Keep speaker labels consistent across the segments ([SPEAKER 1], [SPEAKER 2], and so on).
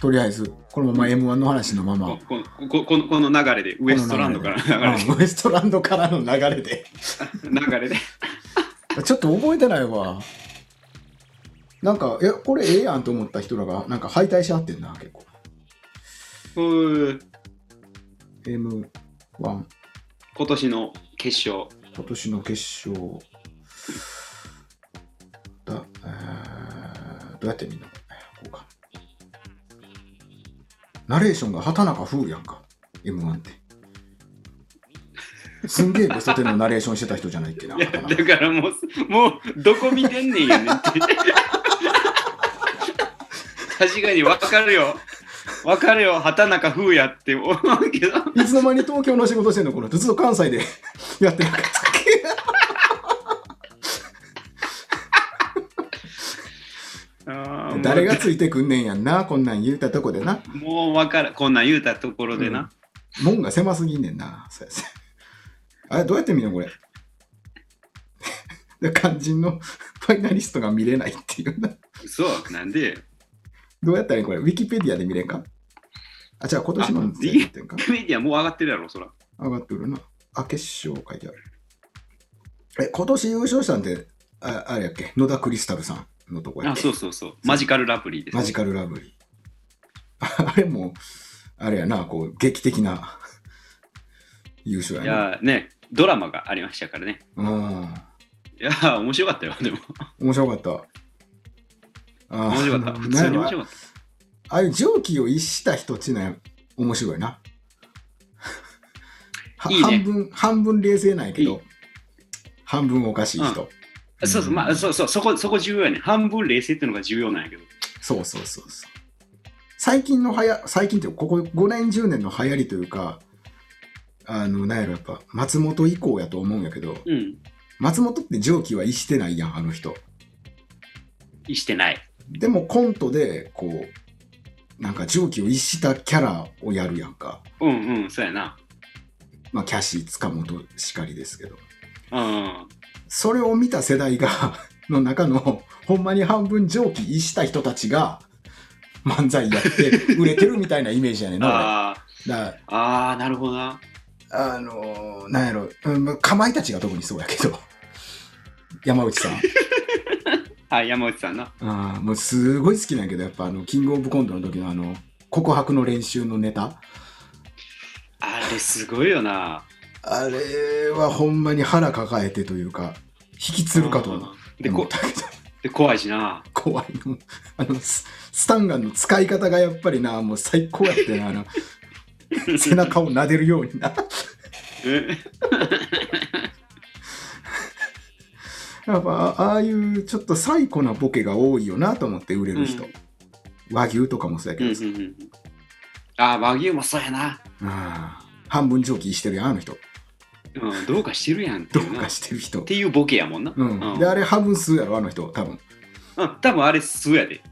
[SPEAKER 1] とりあえず、このまま M1 の話のまま、
[SPEAKER 2] ここここのこの流れで、ウエストランドから
[SPEAKER 1] うん
[SPEAKER 2] の流
[SPEAKER 1] ウエストランドからの流れで。
[SPEAKER 2] れ で、流れで。
[SPEAKER 1] ちょっと覚えてないわ。なんか、いや、これええやんと思った人らが、なんか敗退し合ってんな、結構。
[SPEAKER 2] うー
[SPEAKER 1] M1、今
[SPEAKER 2] 今年の決勝。
[SPEAKER 1] 年の決勝。だえー、どうやって見んのこうか。ナレーションが畑中風やんか、M1 って。すんげえベストテンのナレーションしてた人じゃないっけな、
[SPEAKER 2] いや、
[SPEAKER 1] 畑中
[SPEAKER 2] だからもう、もう、どこ見てんねんやねんって。確かにわかるよ。わかるよ、畑中風やって思うけど。
[SPEAKER 1] いつの間に東京の仕事してんのこの人ずっと関西でやってなかったっけ
[SPEAKER 2] あー
[SPEAKER 1] 誰がついてくんねんやんな、こんなん言うたとこでな。
[SPEAKER 2] もうわかる。こんなん言うたところでな。
[SPEAKER 1] 門が狭すぎんねんな。そうやそうやあれ、どうやって見るのこれ。 で肝心のファイナリストが見れないっていうな。
[SPEAKER 2] そう、なんで。
[SPEAKER 1] どうやったらいいこれ、ウィキペディアで見れんかあ、違う、今年のって言ってんか。
[SPEAKER 2] メディアもう上がってるやろ、そら。
[SPEAKER 1] 上がってるな。あ、決勝書いてある。え、今年優勝したんで、ああれやっけ、野田クリスタルさんのとこやっ
[SPEAKER 2] あ、
[SPEAKER 1] け
[SPEAKER 2] そうそうそう。マジカルラブリーです。
[SPEAKER 1] マジカルラブリー。あ れも、あれやな、こう、劇的な 優勝
[SPEAKER 2] い
[SPEAKER 1] やな。
[SPEAKER 2] やーね、ドラマがありましたからね。
[SPEAKER 1] うん。
[SPEAKER 2] いやー面白かったよ、でも。
[SPEAKER 1] 面白かった。あー
[SPEAKER 2] 面白かった。普通に面白かっ
[SPEAKER 1] ああいう常軌を逸した人ちな面白いな。はい
[SPEAKER 2] いね
[SPEAKER 1] 半分、半分冷静なんやけど、
[SPEAKER 2] いい
[SPEAKER 1] 半分おかしい人。
[SPEAKER 2] た。そうそう、まあ、そうそう、そこ、そこ重要やね。半分冷静っていうのが重要なんやけど。
[SPEAKER 1] そうそうそうそう。最近のはや、最近っていうかここ5年、10年の流行りというか、あの、なんやろ、やっぱ、松本以降やと思うんやけど、
[SPEAKER 2] うん。
[SPEAKER 1] 松本って常軌は逸してないやん、あの人。
[SPEAKER 2] 意してない。
[SPEAKER 1] でもコントで、こう、なんか常軌を逸したキャラをやるやんか。
[SPEAKER 2] うんうん、そうやな。
[SPEAKER 1] まあ、キャシー、塚本しかりですけど。
[SPEAKER 2] うん。
[SPEAKER 1] それを見た世代が、の中の、ほんまに半分常軌逸した人たちが、漫才やって、売れてるみたいなイメージやねんな、
[SPEAKER 2] あー
[SPEAKER 1] 俺。だから
[SPEAKER 2] あー、なるほどな。
[SPEAKER 1] あのー、なんやろ、うんまあ、かまいたちが特にそうやけど、山内さん
[SPEAKER 2] はい、山内さんな。
[SPEAKER 1] あー、もうすごい好きなんやけど、やっぱあの、キングオブコントの時のあの、告白の練習のネタ、
[SPEAKER 2] あれ、すごいよな。
[SPEAKER 1] あれはほんまに腹抱えてというか、引きつるかと思
[SPEAKER 2] うんでこ
[SPEAKER 1] ったけど、
[SPEAKER 2] で、怖いしな。
[SPEAKER 1] 怖いの。 あのス、スタンガンの使い方がやっぱりな、もう最高やって な、あの、背中を撫でるようにな。
[SPEAKER 2] え
[SPEAKER 1] やっぱああいうちょっと最古なボケが多いよなと思って売れる人、
[SPEAKER 2] うん
[SPEAKER 1] 和牛とかもそうや
[SPEAKER 2] う
[SPEAKER 1] け
[SPEAKER 2] ん
[SPEAKER 1] ど
[SPEAKER 2] うん
[SPEAKER 1] さ、
[SPEAKER 2] うん。あー、和牛もそうやな。
[SPEAKER 1] ああ半分蒸気してるやんあの人
[SPEAKER 2] うん、どうかしてるやんって
[SPEAKER 1] ど
[SPEAKER 2] いう
[SPEAKER 1] う
[SPEAKER 2] な。
[SPEAKER 1] か
[SPEAKER 2] っ
[SPEAKER 1] してる人
[SPEAKER 2] ていうボケやもんな。
[SPEAKER 1] うん、
[SPEAKER 2] うん
[SPEAKER 1] であれ半分数やろあの人多分
[SPEAKER 2] うん、多分あれ素やで。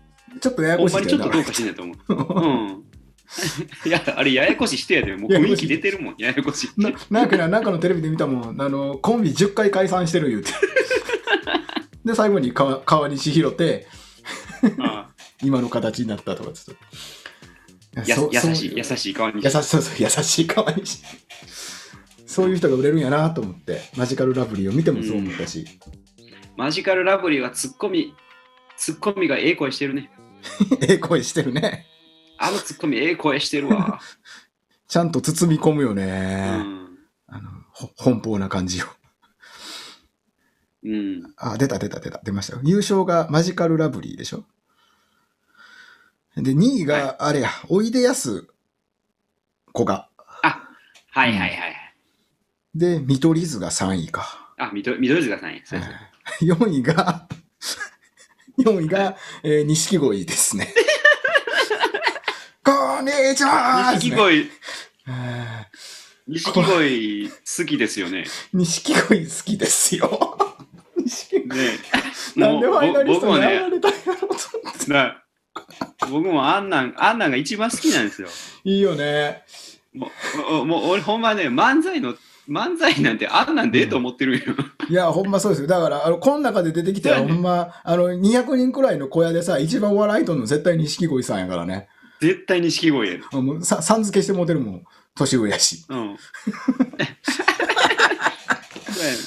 [SPEAKER 1] ちょっとややこ
[SPEAKER 2] ほん
[SPEAKER 1] しい
[SPEAKER 2] まにちょっとどうかしててないと思う。うん。い や、あれややこししてやで。もう雰囲気出てるもん、ややこしって。
[SPEAKER 1] ななんかななんかのテレビで見たもんあのコンビ10回解散してる言うてで最後に川川西拾って
[SPEAKER 2] あ
[SPEAKER 1] 今の形になったとかちょっと
[SPEAKER 2] や
[SPEAKER 1] そう
[SPEAKER 2] 優し
[SPEAKER 1] そう
[SPEAKER 2] い、優しい顔に
[SPEAKER 1] 優。しそうそう優しい川西そういう人が売れるんやなと思ってマジカルラブリーを見てもそう思ったし、
[SPEAKER 2] マジカルラブリーはツッコミ、ツッコミがええ声してるね。
[SPEAKER 1] ええ声してるね
[SPEAKER 2] あのツッコミええ声して るわ。
[SPEAKER 1] ちゃんと包み込むよ
[SPEAKER 2] う
[SPEAKER 1] ね、
[SPEAKER 2] ん。
[SPEAKER 1] あのほ奔放な感じを
[SPEAKER 2] うん。
[SPEAKER 1] あ出た出た出た出ましたよ優勝がマジカルラブリーでしょで2位
[SPEAKER 2] は
[SPEAKER 1] があれや、おいでやす子が
[SPEAKER 2] あ、はいはいはい。
[SPEAKER 1] で見取り図が3位か
[SPEAKER 2] あ、みど緑塚さんや。そうやそうや
[SPEAKER 1] 4位が 4位がえー錦鯉、ですねこんにちはです
[SPEAKER 2] 錦
[SPEAKER 1] ね
[SPEAKER 2] 鯉、
[SPEAKER 1] あ
[SPEAKER 2] 錦鯉好きですよね。
[SPEAKER 1] ー錦鯉好きですよ錦
[SPEAKER 2] ね
[SPEAKER 1] なんでファイナリスト
[SPEAKER 2] 僕も
[SPEAKER 1] に選
[SPEAKER 2] ね
[SPEAKER 1] ば、れたんやろうと思って
[SPEAKER 2] つらい。僕もあんなん、あんなんが一番好きなんですよ。
[SPEAKER 1] いいよね。
[SPEAKER 2] もう、おも う俺ほんまね、漫才の、漫才なんてあんなんでええと思ってるんよ。
[SPEAKER 1] いや、ほんまそうですよ。だから、あの、この中で出てきたら、
[SPEAKER 2] そう
[SPEAKER 1] ほ
[SPEAKER 2] やね
[SPEAKER 1] んま、あの、200人くらいの小屋でさ、一番笑いとんの絶対錦鯉さんやからね。
[SPEAKER 2] 絶対に錦鯉やで。
[SPEAKER 1] あもう、さ、さん付けしてもうてるもん。年上やし。
[SPEAKER 2] うん。 そ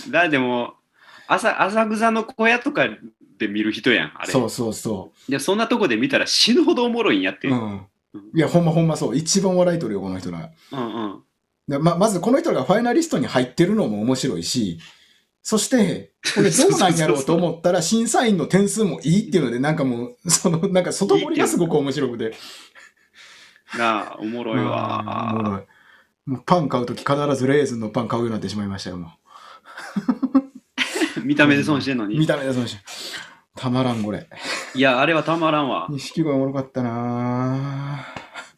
[SPEAKER 2] うやだでも浅浅草の小屋とかで見る人やんあれ
[SPEAKER 1] そうそうそ
[SPEAKER 2] でそんなとこで見たら死ぬほどおもろいんやって、
[SPEAKER 1] う。うん。いや、ほんまほんまそう。一番笑いとるよ、この人ら。
[SPEAKER 2] うんうん
[SPEAKER 1] でま、まずこの人がファイナリストに入ってるのも面白いし、そして、これどうなんやろうと思ったら、審査員の点数もいいっていうので、なんかもう、その、なんか外堀がすごく面白くて。
[SPEAKER 2] なあおもろい
[SPEAKER 1] う
[SPEAKER 2] わ
[SPEAKER 1] んおもろいもうパン買うとき必ずレーズンのパン買うようになってしまいましたよ、もう。
[SPEAKER 2] 見た目で損してんのに、
[SPEAKER 1] 見た目で損してたまらん、これ。
[SPEAKER 2] いやあれはたまらんわ
[SPEAKER 1] 錦鯉おもろかったな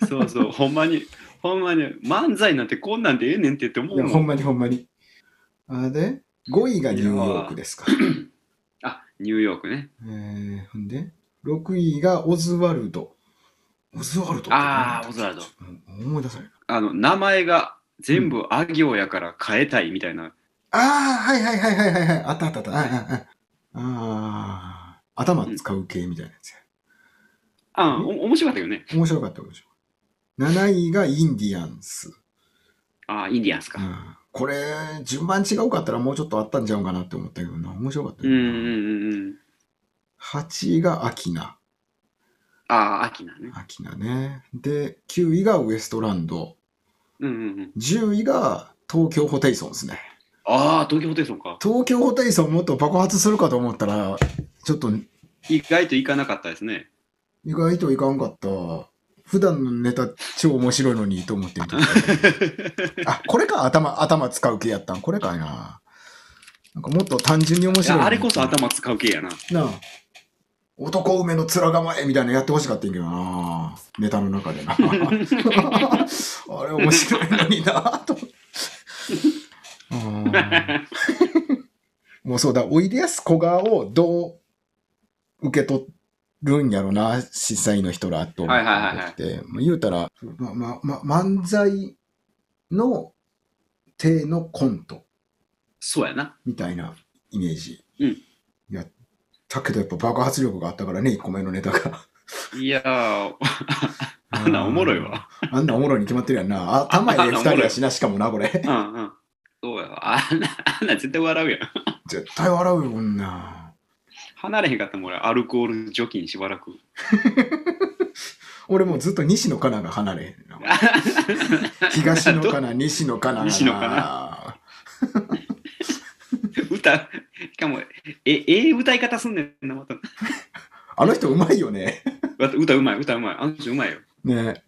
[SPEAKER 2] そ うそうほんまにほんまに漫才なんてこんなんでええねんってって思
[SPEAKER 1] ぁいうや、ほ
[SPEAKER 2] もん
[SPEAKER 1] んまにほんまに。あで、5位がニューヨークですか。
[SPEAKER 2] あニューヨークね
[SPEAKER 1] えー、ほんで、6位がオズワルド。オズワルドって何だっ
[SPEAKER 2] あ
[SPEAKER 1] け
[SPEAKER 2] あオズワルド
[SPEAKER 1] うん思い出される。
[SPEAKER 2] あの名前が全部あ行やから変えたいみたいな、
[SPEAKER 1] ああ、はいはいはいはいはいはい。あったあったあった。ああああー頭使う系みたいなやつや。
[SPEAKER 2] あん、お面白かったよね
[SPEAKER 1] 面白かった、面白かった。7位がインディアンス。
[SPEAKER 2] ああインディアンスか、
[SPEAKER 1] うんこれ、順番違うかったらもうちょっとあったんちゃうかなって思ったけどな。面白かった
[SPEAKER 2] う
[SPEAKER 1] よ
[SPEAKER 2] ん
[SPEAKER 1] な
[SPEAKER 2] うんうんうん。
[SPEAKER 1] 8位がアキナ。
[SPEAKER 2] ああ、秋なね。
[SPEAKER 1] アキナね。で、9位がウエストランド。
[SPEAKER 2] うんうんうん。
[SPEAKER 1] 10位が東京ホテイソンですね。
[SPEAKER 2] ああ、東京ホテイソンか。
[SPEAKER 1] 東京ホテイソンもっと爆発するかと思ったら、ちょっと
[SPEAKER 2] 意外と行かなかったですね。
[SPEAKER 1] 意外といかんかった。普段のネタ超面白いのにと思って見て たあ、これか頭、頭使う系やったんこれかいな。なんかもっと単純に面
[SPEAKER 2] い
[SPEAKER 1] 白いの
[SPEAKER 2] や
[SPEAKER 1] に
[SPEAKER 2] あれこそ頭使う系やな。
[SPEAKER 1] なあ男梅の面構えみたいなのやってほしかったんやけどなネタの中 でなあれ面白いのに なと思ってうーんもうそうだおいでやすこがをどう受け取るんやろな審査員の人らと思って、
[SPEAKER 2] はいはいはい
[SPEAKER 1] まあ言うたら、ままま、漫才の体のコント
[SPEAKER 2] そうやな。
[SPEAKER 1] みたいなイメージ。
[SPEAKER 2] うん
[SPEAKER 1] やったけどやっぱ爆発力があったからね、1個目のネタが。
[SPEAKER 2] いやー、 あんなんおもろいわ。
[SPEAKER 1] あんなおもろいに決まってるやんな。頭
[SPEAKER 2] あ
[SPEAKER 1] ええ
[SPEAKER 2] ん
[SPEAKER 1] 2
[SPEAKER 2] なおもろい
[SPEAKER 1] 人やしな、しかもな、これ。
[SPEAKER 2] うんうん。そうやわ。あんな、あんなん絶対笑うやん。
[SPEAKER 1] 絶対笑うよ、こんな。
[SPEAKER 2] 離れへんかったもん俺、アルコール除菌しばらく。
[SPEAKER 1] 俺もうずっと西野カナが離れへん な。東野カナ、西野カナがな。
[SPEAKER 2] 西野カ歌、しかも、え、ええ歌い方すんねんな、また。
[SPEAKER 1] あの人うまいよね。
[SPEAKER 2] また歌うまい、歌うまい。あの人うまいよ。
[SPEAKER 1] ね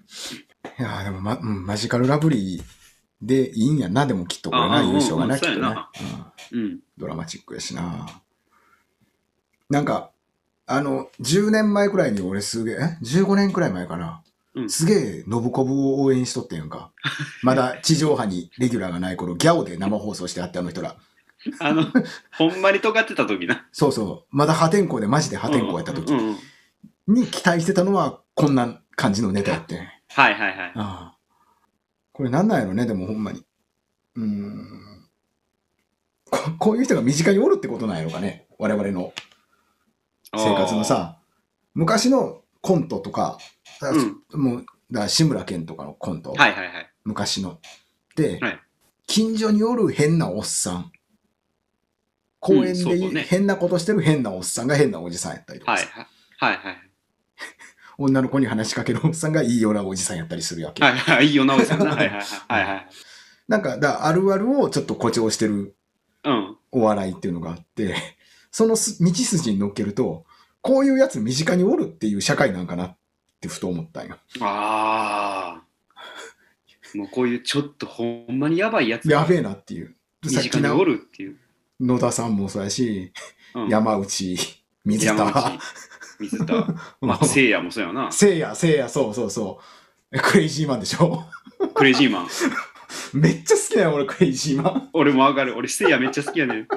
[SPEAKER 1] いやーでも、まうんマジカルラブリーでいいんやな、でもきっとこれ
[SPEAKER 2] あ
[SPEAKER 1] な、
[SPEAKER 2] あ
[SPEAKER 1] 優勝が
[SPEAKER 2] う
[SPEAKER 1] な、
[SPEAKER 2] ん
[SPEAKER 1] きっと
[SPEAKER 2] そうや
[SPEAKER 1] ね
[SPEAKER 2] な。
[SPEAKER 1] うん
[SPEAKER 2] うん。
[SPEAKER 1] ドラマチックやしな。なんか、あの、10年前くらいに俺すげえ、え ?15 年くらい前かな。
[SPEAKER 2] うん
[SPEAKER 1] すげえ、ノブコブを応援しとってんやんか。まだ地上波にレギュラーがない頃、ギャオで生放送してあって、あの人ら。
[SPEAKER 2] あの、ほんまに尖ってた時な。
[SPEAKER 1] そうそう。まだ破天荒で、マジで破天荒やった時
[SPEAKER 2] うんうんうん
[SPEAKER 1] に期待してたのは、こんな感じのネタやってん。
[SPEAKER 2] はいはいはい。
[SPEAKER 1] ああこれなんなんやろね、でもほんまに。うーん。ここういう人が身近におるってことなんやろかね。我々の 生活のさ、昔のコントとか、だからもう、だから志村けんとかのコント、
[SPEAKER 2] あー。はいはいはい。
[SPEAKER 1] 昔の。で、
[SPEAKER 2] はい
[SPEAKER 1] 近所におる変なおっさん。公園で
[SPEAKER 2] う
[SPEAKER 1] い
[SPEAKER 2] んそうね
[SPEAKER 1] 変なことしてる変なおっさんが変なおじさんやったりとか
[SPEAKER 2] はい
[SPEAKER 1] さ、
[SPEAKER 2] はいはい。
[SPEAKER 1] 女の子に話しかけるおっさんがいいようなおじさんやったりするわけ。
[SPEAKER 2] はいはい、いいよ、直 さんな。はいはいはいはい。
[SPEAKER 1] なんか、だからあるあるをちょっと誇張してる
[SPEAKER 2] うん。
[SPEAKER 1] お笑いっていうのがあって、 そのす道筋に乗っけると、こういうやつ身近におるっていう社会なんかなってふと思ったんよ。
[SPEAKER 2] ああ。もうこういうちょっとほんまにやばいやつ
[SPEAKER 1] や
[SPEAKER 2] が
[SPEAKER 1] べえなっていう。
[SPEAKER 2] 身
[SPEAKER 1] さっ
[SPEAKER 2] 近
[SPEAKER 1] き
[SPEAKER 2] に
[SPEAKER 1] な
[SPEAKER 2] おるっていう。
[SPEAKER 1] 野田さんもそうやし、
[SPEAKER 2] うん
[SPEAKER 1] 山内、水
[SPEAKER 2] 山
[SPEAKER 1] 田
[SPEAKER 2] 内、水田、 まあ、
[SPEAKER 1] せ
[SPEAKER 2] せいやもそうやな。
[SPEAKER 1] いや、せいや、そうそうそう。クレイジーマンでしょ
[SPEAKER 2] クレイジーマン。
[SPEAKER 1] めっちゃ好きなよ、俺、クレイジーマン。
[SPEAKER 2] 俺もわかる。俺、せいやめっちゃ好きやねん。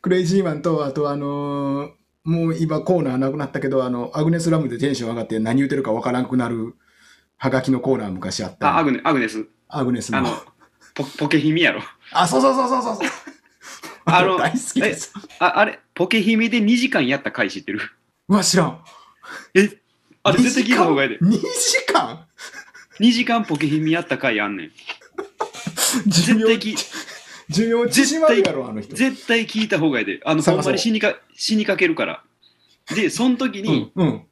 [SPEAKER 1] クレイジーマンと、あと、あのーもう今コーナーなくなったけど、あの、アグネスラムでテンション上がって何言ってるかわからんくなるはがきのコーナー昔あっ
[SPEAKER 2] あ、
[SPEAKER 1] た。
[SPEAKER 2] アグネアグネス。
[SPEAKER 1] アグネス
[SPEAKER 2] あ
[SPEAKER 1] の
[SPEAKER 2] の。、ポポケヒミやろ。
[SPEAKER 1] あ、そうそうそうそうそうそう。
[SPEAKER 2] あの
[SPEAKER 1] 大好きです。
[SPEAKER 2] ああれ、ポケヒミで2時間やった回知ってる。
[SPEAKER 1] うわ、知らん。
[SPEAKER 2] あれ、出てきた方がいいで。
[SPEAKER 1] 2時間
[SPEAKER 2] 2時間ポケヒミやった回あんねん。
[SPEAKER 1] 寿
[SPEAKER 2] 絶
[SPEAKER 1] 命
[SPEAKER 2] 対き、
[SPEAKER 1] 寿命縮まるやろ、あの人。
[SPEAKER 2] 絶対聞いた方がいいで。あの、ほ
[SPEAKER 1] 探そうん
[SPEAKER 2] まに死にか、死にかけるから。で、その時
[SPEAKER 1] う
[SPEAKER 2] に、
[SPEAKER 1] ん。うん。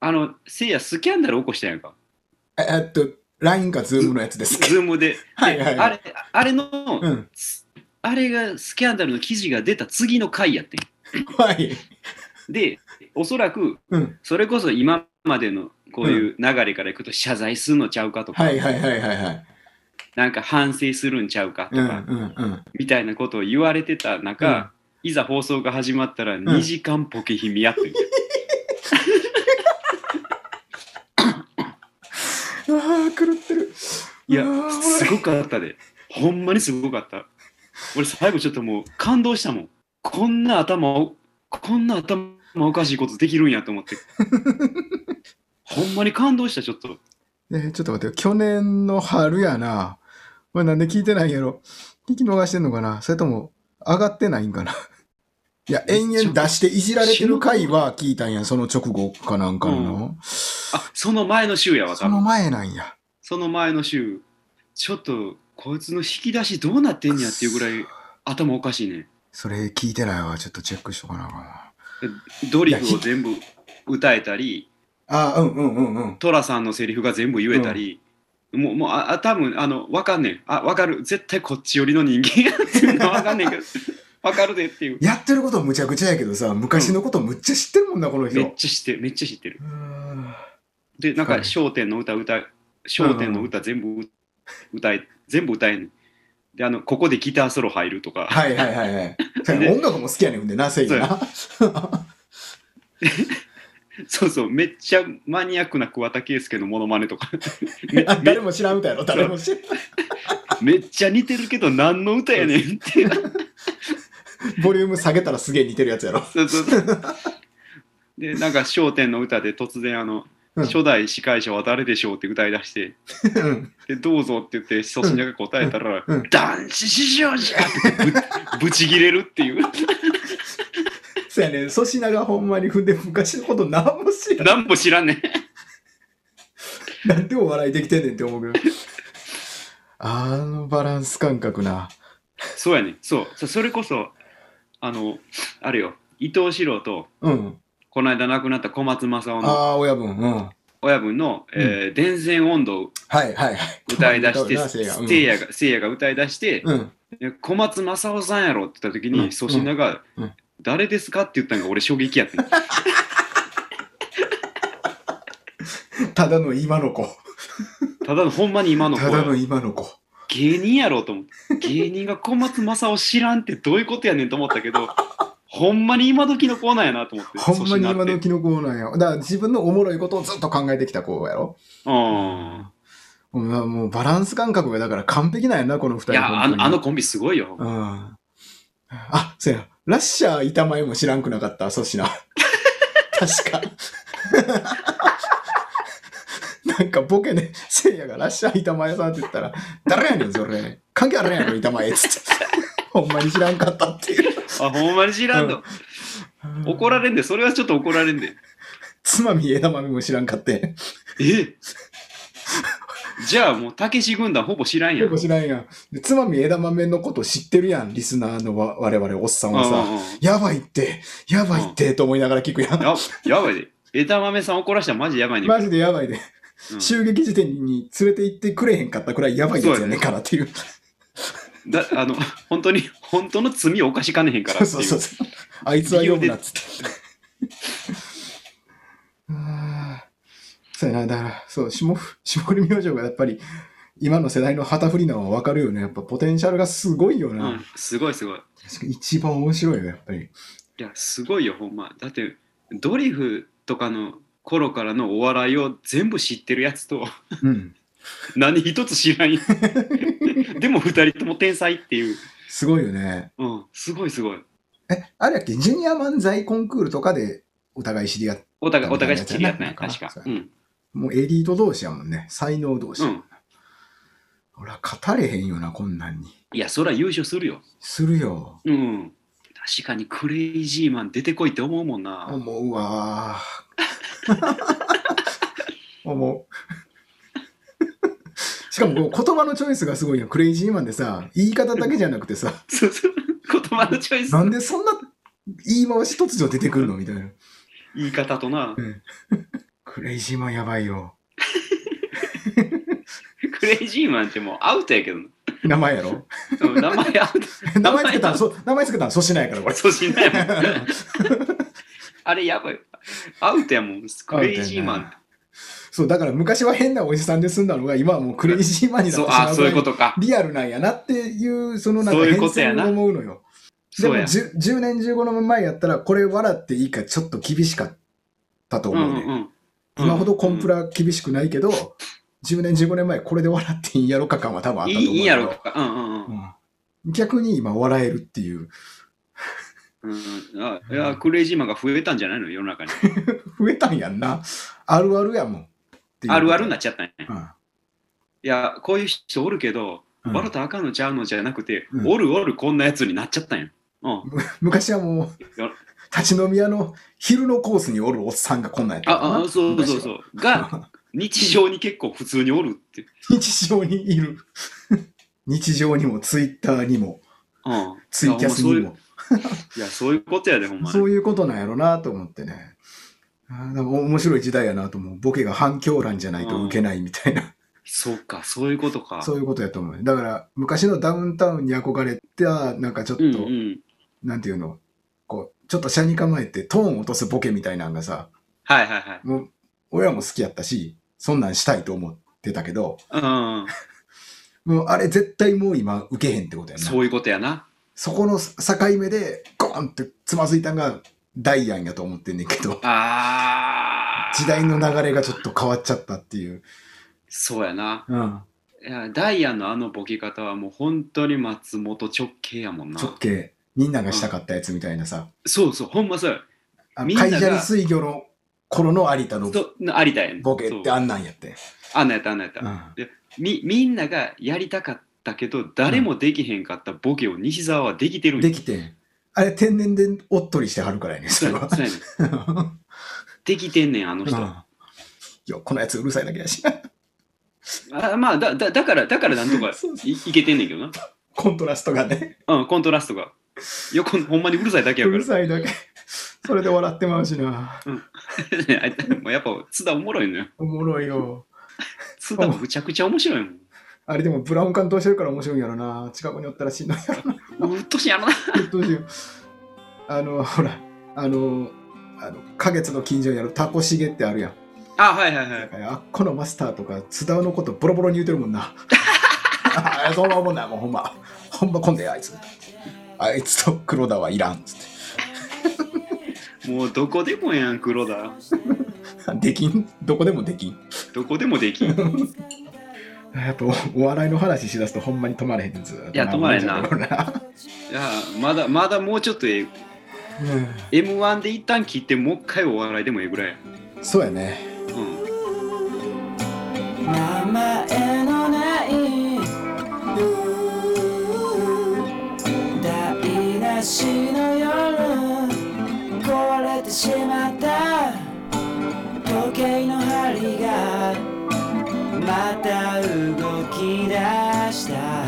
[SPEAKER 2] あの、せいやスキャンダル起こしたやんか。
[SPEAKER 1] ええっと、LINE か Zoom のやつですけど。
[SPEAKER 2] ズームで。
[SPEAKER 1] はいはい
[SPEAKER 2] あ
[SPEAKER 1] はい。
[SPEAKER 2] れ、あれの、
[SPEAKER 1] うん。
[SPEAKER 2] あれがスキャンダルの記事が出た次の回やって
[SPEAKER 1] はい。
[SPEAKER 2] ん。で、おそらく、
[SPEAKER 1] うん。
[SPEAKER 2] それこそ今までのこういう流れからいくと謝罪するのちゃうかとか、
[SPEAKER 1] はいはいはいはいはい。
[SPEAKER 2] なんか反省するんちゃうかと
[SPEAKER 1] うんう
[SPEAKER 2] か、
[SPEAKER 1] んうん。
[SPEAKER 2] みたいなことを言われてた中、いざ放送が始まったら2時間ポケヒミやってる。
[SPEAKER 1] ああ、狂ってる。
[SPEAKER 2] いや
[SPEAKER 1] うわー、
[SPEAKER 2] すごかったで。ほんまにすごかった。俺最後ちょっともう感動したもん。こんな頭を、こんな頭おかしいことできるんやと思って。ほんまに感動した、ちょっと。
[SPEAKER 1] えーちょっと待ってよ、去年の春やな。これなんで聞いてないんやろ。聞き逃してんのかなそれとも、上がってないんかな。いや、延々出していじられてる回は聞いたんや、その直後かなんかの。
[SPEAKER 2] あ、その前の週やわ、
[SPEAKER 1] そ
[SPEAKER 2] 多
[SPEAKER 1] の
[SPEAKER 2] 分。
[SPEAKER 1] 前なんや。
[SPEAKER 2] その前の週。ちょっと、こいつの引き出しどうなってんやっていうぐらい頭おかしいね。
[SPEAKER 1] それ聞いてないわ、ちょっとチェックしとかなあかんわ
[SPEAKER 2] ドリフを全部歌えたり、
[SPEAKER 1] あーうんうんうんうん。
[SPEAKER 2] トラさんのセリフが全部言えたり、もう、もう、あ、あ多分あの、わかんねん。あ、わかる。絶対こっち寄りの人間やっていうのはわかんねんけど、 わかるでっていう。
[SPEAKER 1] やってることむちゃくちゃやけどさ、昔のことむっちゃ知ってるもんな、この人。
[SPEAKER 2] め
[SPEAKER 1] う
[SPEAKER 2] っちゃ知ってる、めっちゃ知ってる。
[SPEAKER 1] ーん
[SPEAKER 2] で、なん
[SPEAKER 1] は
[SPEAKER 2] か、
[SPEAKER 1] い
[SPEAKER 2] 商店の歌、歌、商店の歌全部歌え、全部歌えんねん。で、あの、ここでギターソロ入るとか、
[SPEAKER 1] はいはいはいはい。音楽も好きやねんでな、せいやな。
[SPEAKER 2] そうそう、めっちゃマニアックな桑田佳祐のモノマネとか、
[SPEAKER 1] あ 誰も知らん歌やろ、誰も知らん。
[SPEAKER 2] めっちゃ似てるけど何の歌やねんって。
[SPEAKER 1] ボリューム下げたらすげえ似てるやつやろ。
[SPEAKER 2] そうそうそう。で、なんか、笑点の歌で突然、あの、
[SPEAKER 1] うん
[SPEAKER 2] 初代司会者は誰でしょうって歌い出して、
[SPEAKER 1] うん
[SPEAKER 2] で、どうぞって言って、粗品が答えたら、
[SPEAKER 1] うんうん
[SPEAKER 2] 男子師匠じゃってぶぶ ち切れるっていう。
[SPEAKER 1] そやねん粗品がほんまに踏んで昔のこと何も知らん。
[SPEAKER 2] 何も知らんねん。
[SPEAKER 1] なんでお笑いできてんねんって思うけど。あのバランス感覚な。
[SPEAKER 2] そうやねんそう。そそれこそ、あの、あれよ、伊藤四郎と、
[SPEAKER 1] うん。
[SPEAKER 2] この間亡くなった小松正夫
[SPEAKER 1] あ
[SPEAKER 2] の
[SPEAKER 1] あ、親分。うん。は
[SPEAKER 2] 親分の、えー電線音頭を
[SPEAKER 1] いはいはい。
[SPEAKER 2] 歌い出して、
[SPEAKER 1] たまに歌うなせいやうん
[SPEAKER 2] せいやが、せいやが歌い出して、
[SPEAKER 1] うん。
[SPEAKER 2] で小松正夫さんやろって言った時
[SPEAKER 1] うん
[SPEAKER 2] に粗品が
[SPEAKER 1] うん
[SPEAKER 2] 「誰ですか?」って言ったのが俺衝撃やってん
[SPEAKER 1] ただの今の子。
[SPEAKER 2] ただのほんまに今の子
[SPEAKER 1] ただの今の子。
[SPEAKER 2] 芸人やろと思って芸人が小松正夫知らんってどういうことやねんと思ったけどほんまに今時の子なんやなと思って
[SPEAKER 1] ほんまに今
[SPEAKER 2] 粗品って
[SPEAKER 1] 時の子なんや。だから自分のおもろいことをずっと考えてきた子やろ。
[SPEAKER 2] うん
[SPEAKER 1] うんもうバランス感覚がだから完璧なんやな、この二人。
[SPEAKER 2] いやあ
[SPEAKER 1] 本当に
[SPEAKER 2] のあのコンビすごいよ
[SPEAKER 1] うんあ、そうや。ラッシャー板前も知らんくなかった、粗品。確か。なんかボケで、せいやがラッシャー板前さんって言ったら、誰やねん、それ。関係あるやろ、板前っつって。ほんまに知らんかったっていう。
[SPEAKER 2] あほんまに知らんと怒ら
[SPEAKER 1] れ
[SPEAKER 2] れんでそれはちょっと怒られんで
[SPEAKER 1] つまみ枝豆も知らんかって。
[SPEAKER 2] えじゃあもうたけし軍団ほぼ知らんや
[SPEAKER 1] 結構知
[SPEAKER 2] ん
[SPEAKER 1] らんやん。でつまみ枝豆のこと知ってるやん、リスナーのわ我 々、おっさんは
[SPEAKER 2] うん
[SPEAKER 1] さ。
[SPEAKER 2] うんうん
[SPEAKER 1] やばいって、やばいって、と思いながら聞くやん。
[SPEAKER 2] ややばいで枝豆さん怒らしたらマジやばいねん
[SPEAKER 1] マジでやばいで。
[SPEAKER 2] うん
[SPEAKER 1] 襲撃時点に連れて行ってくれへんかったくらいやばいやつやねんからっていう。
[SPEAKER 2] だあの本当に本当の罪を犯しかねへんからって
[SPEAKER 1] そ
[SPEAKER 2] いうう
[SPEAKER 1] そうそうそう。あいつは呼ぶなっつって。 あーそうやな、だから、そう、霜降霜降り明星がやっぱり、今の世代の旗振りなのは分かるよね。やっぱポテンシャルがすごいよ
[SPEAKER 2] う
[SPEAKER 1] な。
[SPEAKER 2] ん、すごいすごい
[SPEAKER 1] 確かに一番面白いよ、やっぱり。
[SPEAKER 2] いやすごいよほんまだってドリフとかの頃からのお笑いを全部知ってるや つと
[SPEAKER 1] うん。
[SPEAKER 2] 何一つ知らんやでも二人とも天才っていう、
[SPEAKER 1] すごいよね。
[SPEAKER 2] うん、すごいすごい
[SPEAKER 1] え、あれやっけ、ジュニア漫才コンクールとかでお互い知り合って、
[SPEAKER 2] お互い、お互い知り合ったんや、
[SPEAKER 1] なんか
[SPEAKER 2] 確
[SPEAKER 1] な
[SPEAKER 2] か。うん。
[SPEAKER 1] もうエリート同士やもんね。才能同士。
[SPEAKER 2] うん。
[SPEAKER 1] 俺は語れへんよな、こんなんに。
[SPEAKER 2] いや、そりゃ優勝するよ。
[SPEAKER 1] するよ。
[SPEAKER 2] うん。確かにクレイジーマン出てこいって思うもんな。
[SPEAKER 1] 思うわー。思う。しかもこう言葉のチョイスがすごいよ。クレイジーマンでさ、言い方だけじゃなくてさ、
[SPEAKER 2] そうそう。 言葉のチョイス
[SPEAKER 1] な、んでそんな言い回し突如出てくるのみたいな。
[SPEAKER 2] 言い方とな。
[SPEAKER 1] クレイジーマンやばいよ。
[SPEAKER 2] クレイジーマンってもうアウトやけどな。
[SPEAKER 1] 名前や ろ
[SPEAKER 2] うん名前アウ
[SPEAKER 1] 名前つけたん、そ名前つけたん、粗品やから、こ
[SPEAKER 2] ト。
[SPEAKER 1] れ。
[SPEAKER 2] そうしないもん。 あれやばい。アウトやもん。クレイジーマンって。
[SPEAKER 1] そう、だから昔は変なおじさんで済んだのが、今はもうクレイジーマンになっ
[SPEAKER 2] そう、
[SPEAKER 1] てしま
[SPEAKER 2] あ、
[SPEAKER 1] う
[SPEAKER 2] そういう
[SPEAKER 1] ぐ
[SPEAKER 2] こ
[SPEAKER 1] らい
[SPEAKER 2] とか。
[SPEAKER 1] リアルなんやなっていう、そのなんか
[SPEAKER 2] そういう
[SPEAKER 1] 変
[SPEAKER 2] ことや
[SPEAKER 1] 遷
[SPEAKER 2] な
[SPEAKER 1] を思うのよ。で
[SPEAKER 2] そう
[SPEAKER 1] も
[SPEAKER 2] や。
[SPEAKER 1] 10、10年、15年前やったら、これ笑っていいか、ちょっと厳しかったと
[SPEAKER 2] うん
[SPEAKER 1] 思う
[SPEAKER 2] う
[SPEAKER 1] ね。
[SPEAKER 2] んうん。
[SPEAKER 1] 今ほどコンプラ厳しくないけど、10年、15年前、これで笑っていいんやろか感は多分あっ
[SPEAKER 2] い
[SPEAKER 1] た
[SPEAKER 2] い
[SPEAKER 1] と思うよ
[SPEAKER 2] いいんやろか。うんうんうん
[SPEAKER 1] うん逆に今、笑えるっていう、
[SPEAKER 2] うん。あいや、クレイジーマンが増えたんじゃないの世の中に。
[SPEAKER 1] 増えたんやんな。あるあるやもん。っていう
[SPEAKER 2] あるあるになっちゃったね。
[SPEAKER 1] うん
[SPEAKER 2] いや、こういう人おるけど、
[SPEAKER 1] うん
[SPEAKER 2] 笑ったらあかんのちゃうのじゃなくて、
[SPEAKER 1] うん
[SPEAKER 2] おるおるこんなやつになっちゃったんや。うん。
[SPEAKER 1] 昔はもう
[SPEAKER 2] やろ、
[SPEAKER 1] 立ち飲み屋の昼のコースにおるおっさんがこんなんやったから
[SPEAKER 2] あ
[SPEAKER 1] な
[SPEAKER 2] あ、そうそうそう。が、日常に結構普通におるって。
[SPEAKER 1] 日常にいる。 日常にも、ツイッターにも、
[SPEAKER 2] うん。
[SPEAKER 1] ツイキャスにも。
[SPEAKER 2] いや、そういうことやで、ほんまに。
[SPEAKER 1] そういうことなんやろなと思ってね。あーでも面白い時代やなと思う。ボケが反響欄じゃないと受けないみたいな、
[SPEAKER 2] そうか、そういうこと か。
[SPEAKER 1] そういうことやと思う。だから、昔のダウンタウンに憧れて、なんかちょっと、
[SPEAKER 2] うんうん。
[SPEAKER 1] なんていうの、こう、ちょっと車に構えてトーン落とすボケみたいなのがさ、
[SPEAKER 2] はいはいはい。
[SPEAKER 1] もう、親も好きやったし、そんなんしたいと思ってたけど、
[SPEAKER 2] うん、
[SPEAKER 1] もうあれ絶対もう今受けへんってことやな。
[SPEAKER 2] そういうことやな。
[SPEAKER 1] そこの境目でゴーンってつまずいたんがダイアンやと思ってんねんけど、
[SPEAKER 2] ああ。
[SPEAKER 1] 時代の流れがちょっと変わっちゃったっていう。
[SPEAKER 2] そうやな。
[SPEAKER 1] うん。
[SPEAKER 2] いや、ダイヤのあのボケ方はもう本当に松本直系やもんな。
[SPEAKER 1] 直径、みんながしたかったやつみたいなさ、
[SPEAKER 2] そうそう、ほんまそうや。
[SPEAKER 1] あ
[SPEAKER 2] みんな
[SPEAKER 1] カイ
[SPEAKER 2] が
[SPEAKER 1] ジャリ水魚の頃の有田の
[SPEAKER 2] そう、有田やねん。
[SPEAKER 1] ボケって
[SPEAKER 2] そう
[SPEAKER 1] あんなんやって。
[SPEAKER 2] あんなんやった、あんなんやっ
[SPEAKER 1] う
[SPEAKER 2] た。
[SPEAKER 1] ん。
[SPEAKER 2] み、みんながやりたかったけど、誰もできへんかったボケを西澤はできてるんや
[SPEAKER 1] できてん。あれ天然でおっとりしてはるからやねん、そ
[SPEAKER 2] そう
[SPEAKER 1] れ
[SPEAKER 2] やね
[SPEAKER 1] は
[SPEAKER 2] ん。そうやねんできてんねん、あの
[SPEAKER 1] うん。い
[SPEAKER 2] 人。
[SPEAKER 1] や、このやつうるさいだけやし、
[SPEAKER 2] あまあだだだからだからなんと か
[SPEAKER 1] そうそ
[SPEAKER 2] いいけてんねんけどな、
[SPEAKER 1] コントラストがね、
[SPEAKER 2] うん、コントラストが横ほんまにうるさいだけ
[SPEAKER 1] う
[SPEAKER 2] やか
[SPEAKER 1] るさいだけ。それで笑ってまうしな。
[SPEAKER 2] ら あいつもうやっぱ津田おもろいのよ
[SPEAKER 1] おもろいよ。
[SPEAKER 2] 津田むちゃくちゃ面白い
[SPEAKER 1] あれでもブラウン管通してるから面白いんやろな。近くにおったらしんどいやろな。
[SPEAKER 2] もんうっとしいやろな
[SPEAKER 1] どうしよう。あの、ほら、あの、あの、花月の近所にあるタコシゲってあるやん。
[SPEAKER 2] あはいはいはい
[SPEAKER 1] あっこのマスターとか津田のことボロボロに言うてるもんな。 あそんなもんな、もうほんま。ほんまこんであいつ。あいつと黒田はいらんっつっ
[SPEAKER 2] もうどこでもやん黒田
[SPEAKER 1] て。できん、どこでもできん。
[SPEAKER 2] どこでもできん
[SPEAKER 1] やっぱおお笑いの話しだすとほんまに止まれへんねずーっと
[SPEAKER 2] いや止まれんな
[SPEAKER 1] なんかな。
[SPEAKER 2] いやまだまだもうちょっとえ
[SPEAKER 1] う
[SPEAKER 2] m 1で一旦切ってもう一回お笑いでもええぐらいや
[SPEAKER 1] んそうやね。
[SPEAKER 2] うん
[SPEAKER 3] 名前のない台無しの夜壊れてしまった時計の針がまた動き出した